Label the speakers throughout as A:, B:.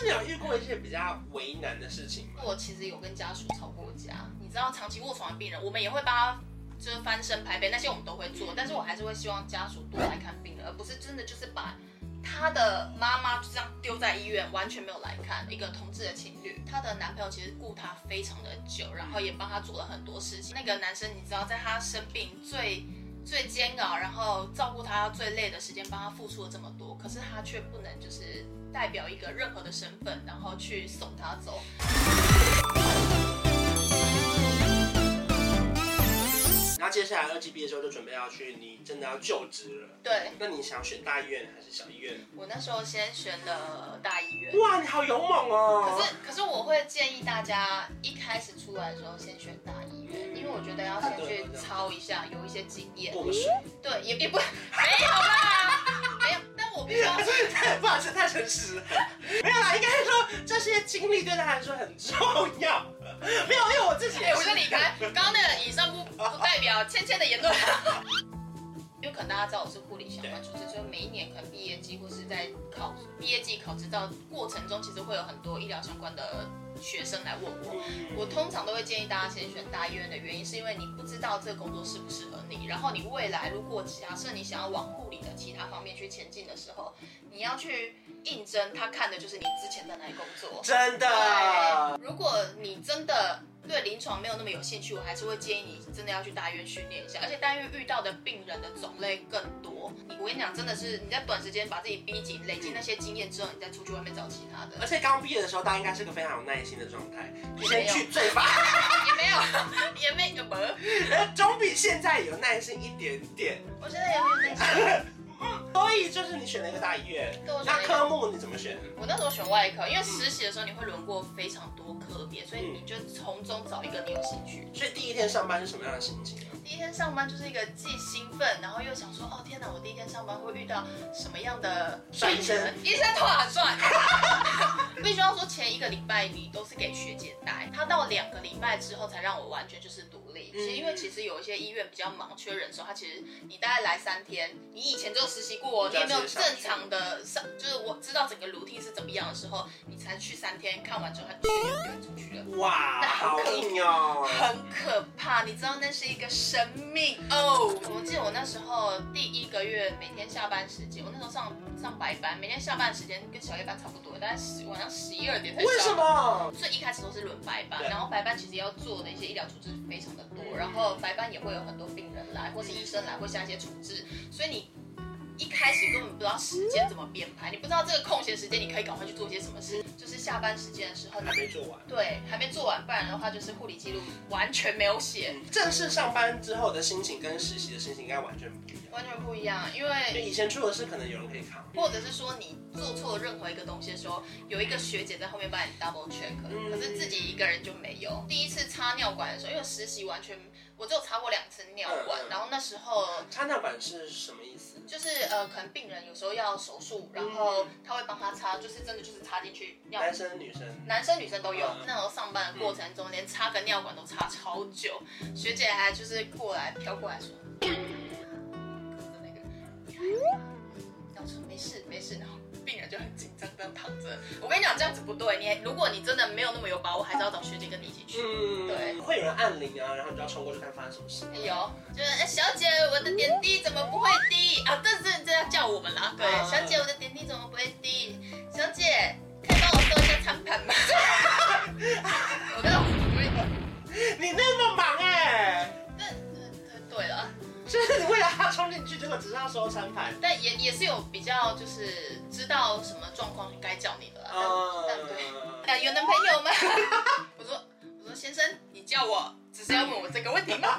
A: 是有遇过一些比较为难的事情吗？
B: 我其实有跟家属吵过架，你知道长期卧床的病人，我们也会帮他就是翻身拍背那些我们都会做，但是我还是会希望家属多来看病人，而不是真的就是把他的妈妈就这样丢在医院，完全没有来看。一个同志的情侣，她的男朋友其实顾她非常的久，然后也帮她做了很多事情。那个男生你知道，在她生病最最煎熬，然后照顾她最累的时间，帮她付出了这么多，可是她却不能就是代表一个任何的身份，然后去送她走。
A: 然后接下来二级毕业之后就准备要去，你真的要就职了。
B: 对
A: 那你想选大医院还是小医院？
B: 我那时候先选了大医院，
A: 哇，你好勇猛
B: 可
A: 哦！
B: 是可是我会建议大家一开始出来的时候先选大医院，因为我觉得要先去操一下，有一些经验。
A: 过水，
B: 对，也也不没有吧，没有。但我必须要说，
A: 哎太不好意思，太诚实了。没有啦，应该是说这些经历对他来说很重要。没有，因为我自己也
B: 哎，
A: 是
B: 我先离开。刚刚那个以上不不代表芊芊的言 论。因为可能大家知道我是护理相关出身，所以每一年可能毕业季或是在考毕业季考执照过程中，其实会有很多医疗相关的学生来问我。我通常都会建议大家先选大医院的原因，是因为你不知道这个工作适不适合你，然后你未来如果假设你想要往护理的其他方面去前进的时候，你要去应征，他看的就是你之前在哪里工作。
A: 真的
B: 对，如果你真的对临床没有那么有兴趣，我还是会建议你真的要去大医院训练一下，而且大医院遇到的病人的种类更多。你我跟你讲，真的是你在短时间把自己逼紧，累积那些经验之后，你再出去外面找其他的
A: 而。 且刚毕业的时候，大家应该是个非常有耐心的状态，就先去最烦，
B: 也没有，也没有没有。
A: 总比现在有耐心一点点。
B: 我现在也没有内心。
A: 所以就是你选了一个大医院，
B: 对我选
A: 那
B: 了一个
A: 科目你怎么选？
B: 我那时候选外科，因为实习的时候你会轮过非常多科别，所以
A: 嗯
B: 你就从中找一个你有兴趣。
A: 所以第一天上班是什么样的心情啊？
B: 第一天上班就是一个既兴奋，然后又想说，哦天哪，我第一天上班会遇到什么样的
A: 帅医生？
B: 医生头很帅。 必须要说，前一个礼拜你都是给学姐带，她到两个礼拜之后才让我完全就是独立。其实因为其实有一些医院比较忙，缺人的时候，她其实你大概来三天，你以前就有实习过，
A: 你
B: 你
A: 就要
B: 也没有
A: 直接
B: 正
A: 上
B: 常的上，就是我知道整个 routine 是怎么样的时候，你才去三天，看完之后她去就赶出去了。
A: 哇，好硬哦！
B: 很可怕，你知道那是一个生命哦。我记得我那时候第一个月每天下班时间，我那时候上上白班，每天下班时间跟小夜班差不多，大概十晚上十一二点才下。
A: 为什？么？
B: 所以一开始都是轮白班，
A: 对
B: 然后白班其实要做的一些医疗处置非常的多，然后白班也会有很多病人来，或是医生来，会下一些处置，所以你。一开始根本不知道时间怎么编排，你不知道这个空闲时间你可以赶快去做些什么事。就是下班时间的时候，你
A: 还没做完。
B: 对，还没做完，不然的话就是护理记录完全没有写，
A: 正式上班之后的心情跟实习的心情应该完全不一样。
B: 完全不一样。因
A: 因为
B: 为
A: 以前出的事可能有人可以扛，
B: 或者是说你做错任何一个东西的时候，有一个学姐在后面帮你 double check，
A: 嗯
B: 可是自己一个人就没有。第一次插尿管的时候，因为实习完全我只有插过两次尿管
A: 嗯，嗯
B: 然后那时候
A: 插尿管是什么意思？
B: 就是呃，可能病人有时候要手术，然后
A: 嗯
B: 他会帮他插，就是真的就是插进去尿管
A: 男生女生？
B: 男生女生都有
A: 嗯。
B: 那时候上班的过程中，连插个尿管都插超久，学姐还就是过来飘过来说，嗯隔着那个，然后说没事没事，然后病人就很紧张的躺着。我跟你讲，这样子不对，你如果你真的没有那么有把握，还是要找学姐跟你一起去。
A: 嗯，
B: 对
A: 会有人按铃啊，然后你就要冲过去看发生什么事。
B: 哎呦，就是哎小姐，我的点滴怎么不会滴啊？但是这要叫我们啦，对，
A: 嗯
B: 小姐，我的点滴怎么不会滴？小姐，可以帮我收一下餐 盘吗？ 我跟我会
A: 你那么忙哎、
B: 那呃对了，
A: 就是你为了他冲进去，结果只是要收餐盘。
B: 但也也是有比较，就是知道什么状况该叫你的啦。
A: 嗯
B: 但但对，那有男朋友吗？ 我说我说先生，你叫我只是要问我这个问题吗？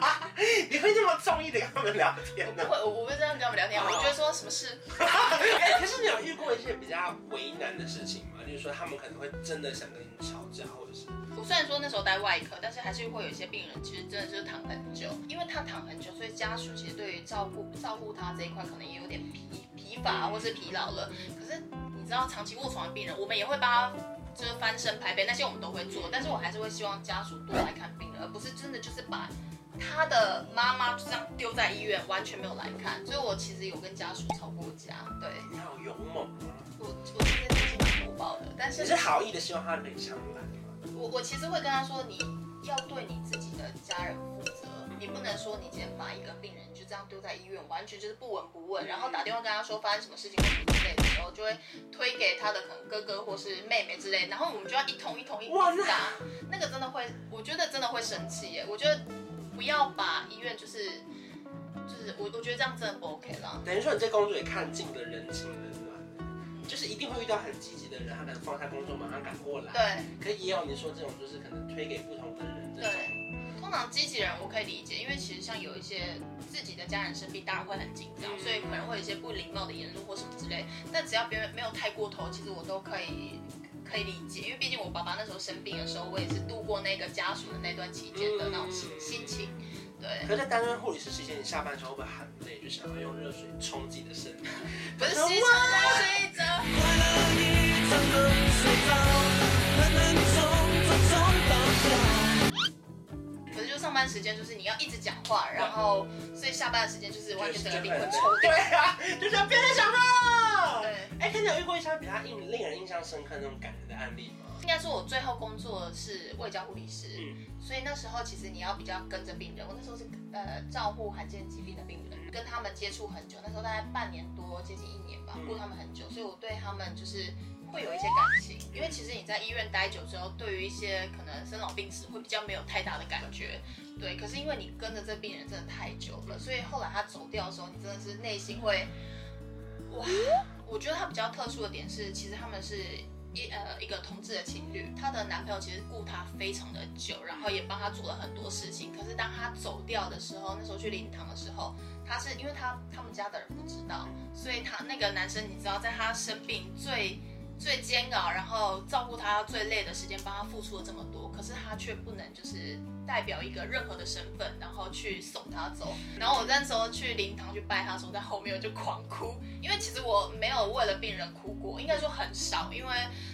A: 你会这么中意的跟他们聊天
B: 不
A: 呢？
B: 会，我我不会这样跟他们聊天，
A: 哦
B: 我觉得说什么事，
A: 哎可是你有遇过一些比较为难的事情吗？例如说他们可能会真的想跟你吵架，或者是
B: 我虽然说那时候待外科，但是还是会有一些病人其实真的就是躺很久，因为他躺很久，所以家属其实对于照顾照顾他这一块可能也有点疲疲乏或是疲劳了。可是你知道长期卧床的病人，我们也会帮他就是翻身拍背那些我们都会做，但是我还是会希望家属多来看病人，而不是真的就是把。他的妈妈就这样丢在医院，完全没有来看，所以我其实有跟家属吵过架。对
A: 你好勇猛啊！
B: 我，我今天真是蛮火爆的，但
A: 你
B: 是
A: 是好意的希望他可以常来吗？
B: 我我其实会跟他说，你要对你自己的家人负责，你不能说你今天把一个病人就这样丢在医院，完全就是不闻不问，然后打电话跟他说发生什么事情什么之类的时候，就会推给他的可能哥哥或是妹妹之类，然后我们就要一通一通一
A: 哇
B: 通打，那个真的会，我觉得真的会生气耶，我觉得不要把医院就是。就是我，我觉得这样真的不 OK 啦。
A: 等于说你这工作也看尽了人情冷暖，就是一定会遇到很积极的人，他能放下工作马上赶过来。
B: 对，
A: 可也有你说这种，就是可能推给不同的人这种。
B: 对，通常积极人我可以理解，因为其实像有一些自己的家人生病，当然会很紧张，
A: 嗯
B: 所以可能会有一些不礼貌的言论或什么之类。但只要别人没有太过头，其实我都可以可以理解，因为毕竟我爸爸那时候生病的时候，我也是度过那个家属的那段期间的那种心
A: 嗯
B: 心情。对，
A: 可是在担任护理师期间，你下班的时候会不会很累，就想要用热水冲自己的身体？
B: 不是
A: 哇
B: 吸尘睡着。可是就上班时间就是你要一直讲话，然后所以下班的时间就是完全整个灵魂抽
A: 对
B: 掉。
A: 啊，就想别人想到。
B: 对，
A: 哎，可你有遇过一些比较印令人印象深刻那种感人的案例吗？
B: 应该说我最后工作是卫教护理师，
A: 嗯
B: 所以那时候其实你要比较跟着病人。我那时候是呃照护罕见疾病的病人，跟他们接触很久，那时候大概半年多，接近一年吧，
A: 嗯
B: 顾他们很久，所以我对他们就是会有一些感情。因为其实你在医院待久之后，对于一些可能生老病死会比较没有太大的感觉，对。可是因为你跟着这病人真的太久了，所以后来他走掉的时候，你真的是内心会哇。我觉得他比较特殊的点是，其实他们是一呃一个同志的情侣，她的男朋友其实顾她非常的久，然后也帮她做了很多事情。可是当她走掉的时候，那时候去灵堂的时候，她是因为她他们家的人不知道，所以她那个男生你知道，在她生病最最煎熬，然后照顾她最累的时间，帮她付出了这么多，可是她却不能就是代表一个任何的身份，然后去送她走。然后我那时候去灵堂去拜她的时候，在后面我就狂哭，因为其实我没有为了病人哭过，应该说很少，因为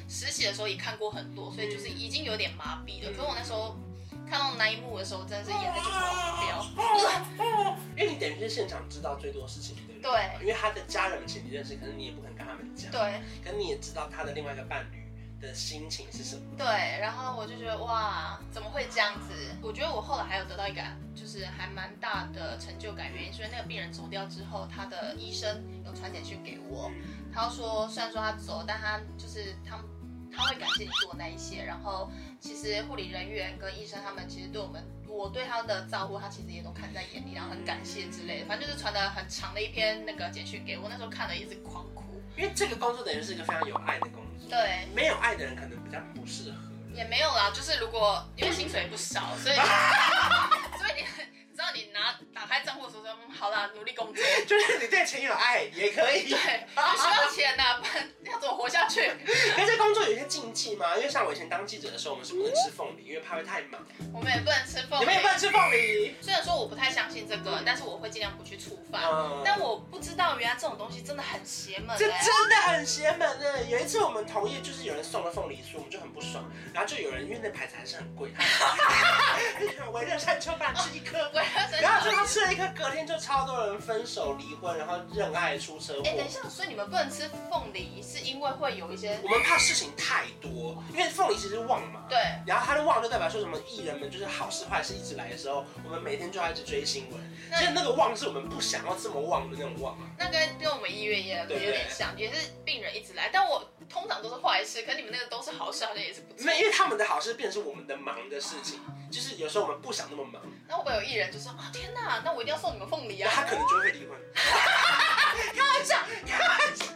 B: 实习的时候也看过很多，所以就是已经有点麻痹了。可是我那时候看到那一幕的时候，真的是眼泪就狂飙。
A: 因为你等于是现场知道最多事情的人，
B: 对，
A: 因为他的家人前你认识，可是你也不肯跟他们讲，，
B: 对
A: 可是你也知道他的另外一个伴侣的心情是什么，
B: 对，然后我就觉得哇，怎么会这样子？我觉得我后来还有得到一个就是还蛮大的成就感，原因是因为那个病人走掉之后，他的医生有传简讯给我，他说虽然说他走，但他就是他们他会感谢你做的那一些。然后其实护理人员跟医生他们其实对我们，我对他的照顾，他其实也都看在眼里，然后很感谢之类的。反正就是传了很长的一篇那个简讯给我，那时候看了一直狂哭。
A: 因为这个工作等于是一个非常有爱的工作，
B: 对，
A: 没有爱的人可能比较不适合。
B: 也没有啦，就是如果因为薪水也不少， 所以所以你你知道你拿打开账户的时候说，嗯，好啦，努力工作。
A: 就是你对钱有爱也可以，
B: 对，你需要钱呐、不然要怎么活下去？
A: 可是这工作有些禁忌吗？因为像我以前当记者的时候，我们是不能吃凤梨，因为怕会太忙。
B: 我们也不能吃凤
A: 你
B: 梨，
A: 们也不能吃凤梨。
B: 虽然说我不太相信这个，但是我会尽量不去触犯。
A: 嗯
B: 但我不知道，原来这种东西真的很邪门、欸。
A: 这真的很邪门呢。有一次我们同业就是有人送了凤梨酥，我们就很不爽，然后就有人因为那牌子还是很贵， 我热山丘饭吃一颗，
B: 我要真
A: 然后就他
B: 的。
A: 吃了一颗，隔天就超多人分手、离婚，然后认爱出车祸
B: 哎、。等一下，所以你们不能吃凤梨，是因为会有一些
A: 我们怕事情太多，因为凤梨其实旺嘛。
B: 对。
A: 然后他的旺就代表说什么艺人们就是好事坏事一直来的时候，我们每天就要一直追新闻，
B: 那
A: 就是那个旺是我们不想要这么旺的那种旺啊。
B: 那跟跟我们医院也有
A: 对对
B: 点像，也是病人一直来，但我通常都是坏事，可你们那个都是好事，好像也是不错
A: 没，。因为他们的好事变成是我们的忙的事情，就是有时候我们不想那么忙，
B: 那会不会有艺人就说啊天哪，那我一定要送你们凤梨
A: 然
B: 啊
A: 后？他可能就会离婚。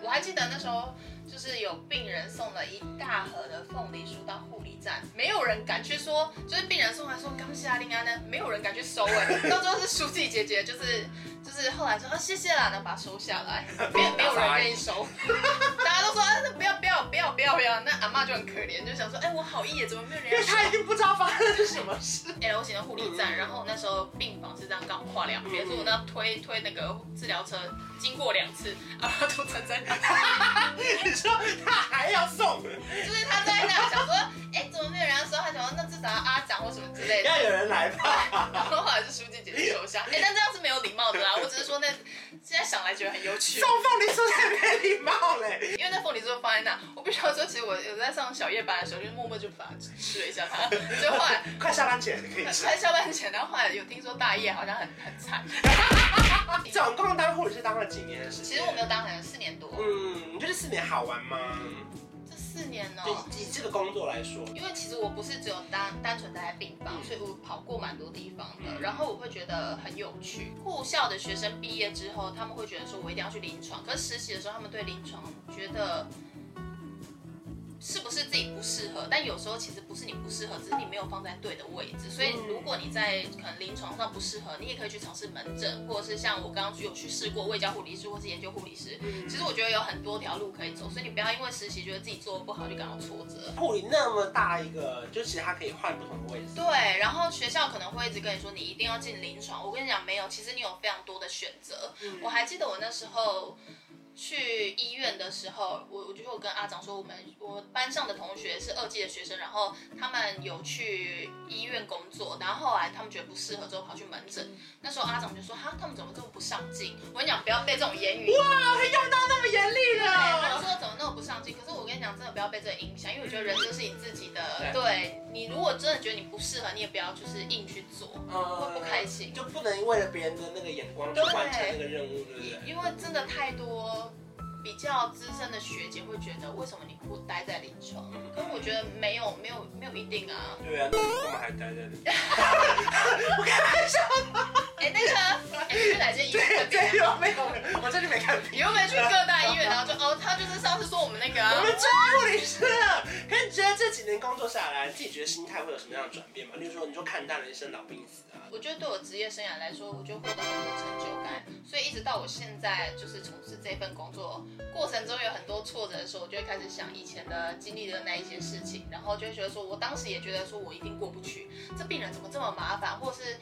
B: 我还记得那时候就是有病人送了一大盒的凤梨酥到护理站，没有人敢去说，就是病人送来说刚下令安呢，啊没有人敢去收哎、到最后是书记姐姐就是就是后来说啊谢谢啦，然后把它收下来，没有没有人愿意收， 大家都说啊那不要不要不要不要不要，那阿妈就很可怜，就想说哎、我好意耶，怎么没有人
A: 因
B: 要
A: 为
B: 收
A: 他一定不知道发生什么事。
B: L 型的护理站，然后那时候病房是这样刚好跨两边，
A: 嗯
B: 所以我那推推那个治疗车经过两次，阿妈都站在那。
A: 你说他还要送，
B: 就是他在那想说，哎、怎么没有人要收？他想说，那至少要阿长或什么之类类的。
A: 要有人来吧。
B: 后来是书记姐姐手下，哎、但这样是没有礼貌的啊啦。我只是说那现在想来觉得很有趣
A: 送，凤梨酥太没礼貌嘞。
B: 因为那凤梨酥放在那，我必须要说，其实我有在上小夜班的时候，就默默就把它吃了一下它，就后 来。
A: 快下班前可以 吃。
B: 在下班前，然后后来有听说大业好像很很惨，
A: 总共当护理师当了几年的时间？
B: 其实我没有当很四年多，
A: 嗯，你觉得四年好玩吗？
B: 嗯这四年哦呢、
A: 就以这个工作来说，
B: 因为其实我不是只有单单纯待在病房，
A: 嗯
B: 所以我跑过蛮多地方的。
A: 嗯
B: 然后我会觉得很有趣。护校的学生毕业之后，他们会觉得说我一定要去临床，可是实习的时候，他们对临床觉得是不是自己不适合？但有时候其实不是你不适合，只是你没有放在对的位置。所以
A: 嗯
B: 如果你在可能临床上不适合，你也可以去尝试门诊，或者是像我刚刚去有去试过卫教护理师或是研究护理师。
A: 嗯
B: 其实我觉得有很多条路可以走，所以你不要因为实习觉得自己做的不好就感到挫折。
A: 护理那么大一个，就其实它可以换不同的位置。
B: 对，然后学校可能会一直跟你说你一定要进临床，我跟你讲没有，其实你有非常多的选择。
A: 嗯
B: 我还记得我那时候去医院的时候，我我就我跟阿长说，我们我班上的同学是二季的学生，然后他们有去医院工作，然后后来他们觉得不适合，之后跑去门诊。那时候阿长就说哈，他们怎么这么不上进？我跟你讲，不要被这种言语
A: 那么严厉
B: 对，他就说怎么那么不上进？可是我跟你讲，真的不要被这个影响，因为我觉得人就是你自己的。
A: 对
B: 对你如果真的觉得你不适合，你也不要就是硬去做，会不开心。
A: 呃就不能为了别人的那个眼光去完成那个任务，对不 对？
B: 因为真的太多比较资深的学姐会觉得，为什么你不待在临床？可是我觉得没有没有没有一定啊。
A: 对啊，那你干嘛还待在那里？
B: 哎，那个，哎，你去哪间医院看病啊？
A: 对，我没有，我真的没看病。
B: 你又没去各大医院，然后就哦，他就是上次说我们那个啊
A: 我们专业护理师了，可是你觉得这几年工作下来，你自己觉得心态会有什么样的转变吗？例如说，你就看淡了一生老病死啊，
B: 我觉得对我职业生涯来说，我就获得很多成就感，所以一直到我现在就是从事这份工作过程中有很多挫折的时候，我就会开始想以前的经历的那一些事情，然后就会觉得说，我当时也觉得说我一定过不去，这病人怎么这么麻烦，或是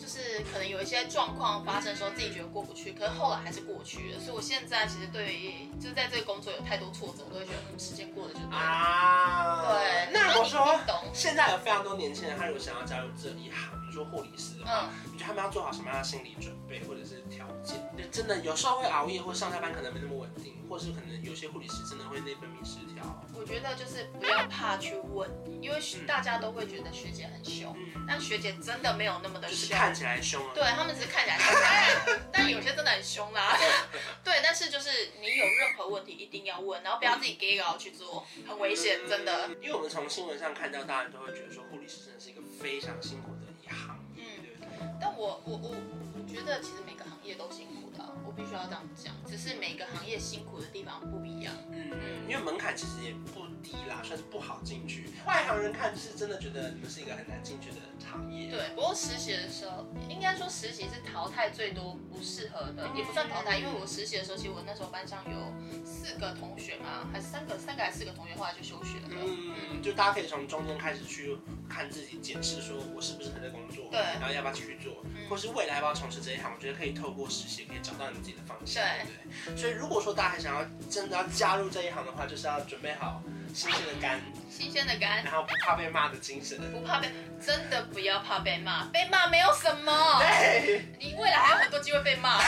B: 就是可能有一些状况发生的时候，自己觉得过不去，可是后来还是过去了，所以我现在其实对于就是在这个工作有太多挫折，我都会觉得嗯时间过了就对了。
A: 啊，
B: 对，
A: 那我
B: 你一
A: 说
B: 定。懂，
A: 现在有非常多年轻人，他如果想要加入这一行，比如说护理师的话，
B: 嗯，
A: 你觉得他们要做好什么样的心理准备或者是条件？就真的有时候会熬夜，或上下班可能没那么稳定，或是可能有些护理师真的会内分泌失调。
B: 我觉得就是不要怕去问，因为大家都会觉得学姐很凶，
A: 嗯，
B: 但学姐真的没有那么的
A: 就是
B: 凶。
A: 看起来凶啊。
B: 对他们只是看起来很但但有些真的很凶啦。对，但是就是你有任何问题一定要问，然后不要自己 gay 搞去做，很危险，真的。
A: 嗯。因为我们从新闻上看到，大家都会觉得说护理师真的是一个非常辛苦的一行业，
B: 嗯
A: 对不对？
B: 但我我我我觉得其实每个行业都辛苦的啊，我必须要这样讲，只是每个行业辛苦的地方不一样。
A: 嗯，因为门槛其实也不低啦，算是不好进去。外行人看就是真的觉得你们是一个很难进去的行业。
B: 对，不过实习的时候，应该说实习是淘汰最多不适合的，也不算淘汰，因为我实习的时候，其实我那时候班上有四个同学嘛，还是三个，三个还是四个同学，后来就休学了。
A: 嗯，就大家可以从中间开始去看自己，检视说我是不是还在工作，
B: 对嗯
A: 然后要不要继续做，或是未来要不要从事这一行，我觉得可以透过实习可以找到你自己的方向，对
B: 对
A: 不对？所以如果说大家还想要真的要加入这一行的话，就是要准备好新鲜的肝，
B: 新鲜的感，
A: 然后不怕被骂的精神。
B: 不怕被，真的不要怕被骂，被骂没有什
A: 哦
B: 么，
A: 对，
B: 你未来还有很多机会被骂。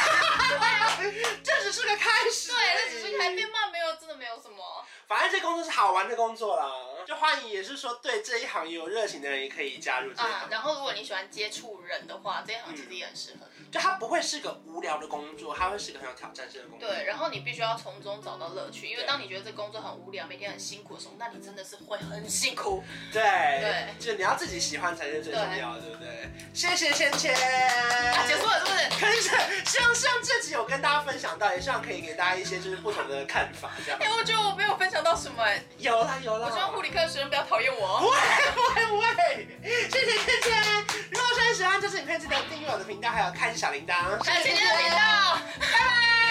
A: 这只是个开始，
B: 对，那只是还被骂没有，真的没有什么。
A: 反正这工作是好玩的工作啦，就欢迎也是说对这一行有热情的人也可以加入这一
B: 啊
A: 行，，
B: 然后如果你喜欢接触人的话，这一行其实也很适合你。
A: 就它不会是个无聊的工作，它会是个很有挑战性的工作。
B: 对，然后你必须要从中找到乐趣，因为
A: 对
B: 当你觉得这工作很无聊，每天很辛苦的时候，那你真的是会很辛苦。
A: 对，
B: 对
A: 就你要自己喜欢才是最重要的，对不对？谢谢芊芊。
B: 啊，结束了是不是？
A: 可是，像像这集有跟大家分享到，也希望可以给大家一些就是不同的看法，这样
B: 哎、。我觉得我没有分享到什么、哎，
A: 有啦有啦。
B: 我希望护理科的学生不要讨厌我
A: 不
B: 哦。
A: 会不会不会，谢谢芊芊。如果说你喜欢这支影片，记得订阅我的频道，还有开启小铃铛。
B: 感谢你的频道，拜拜。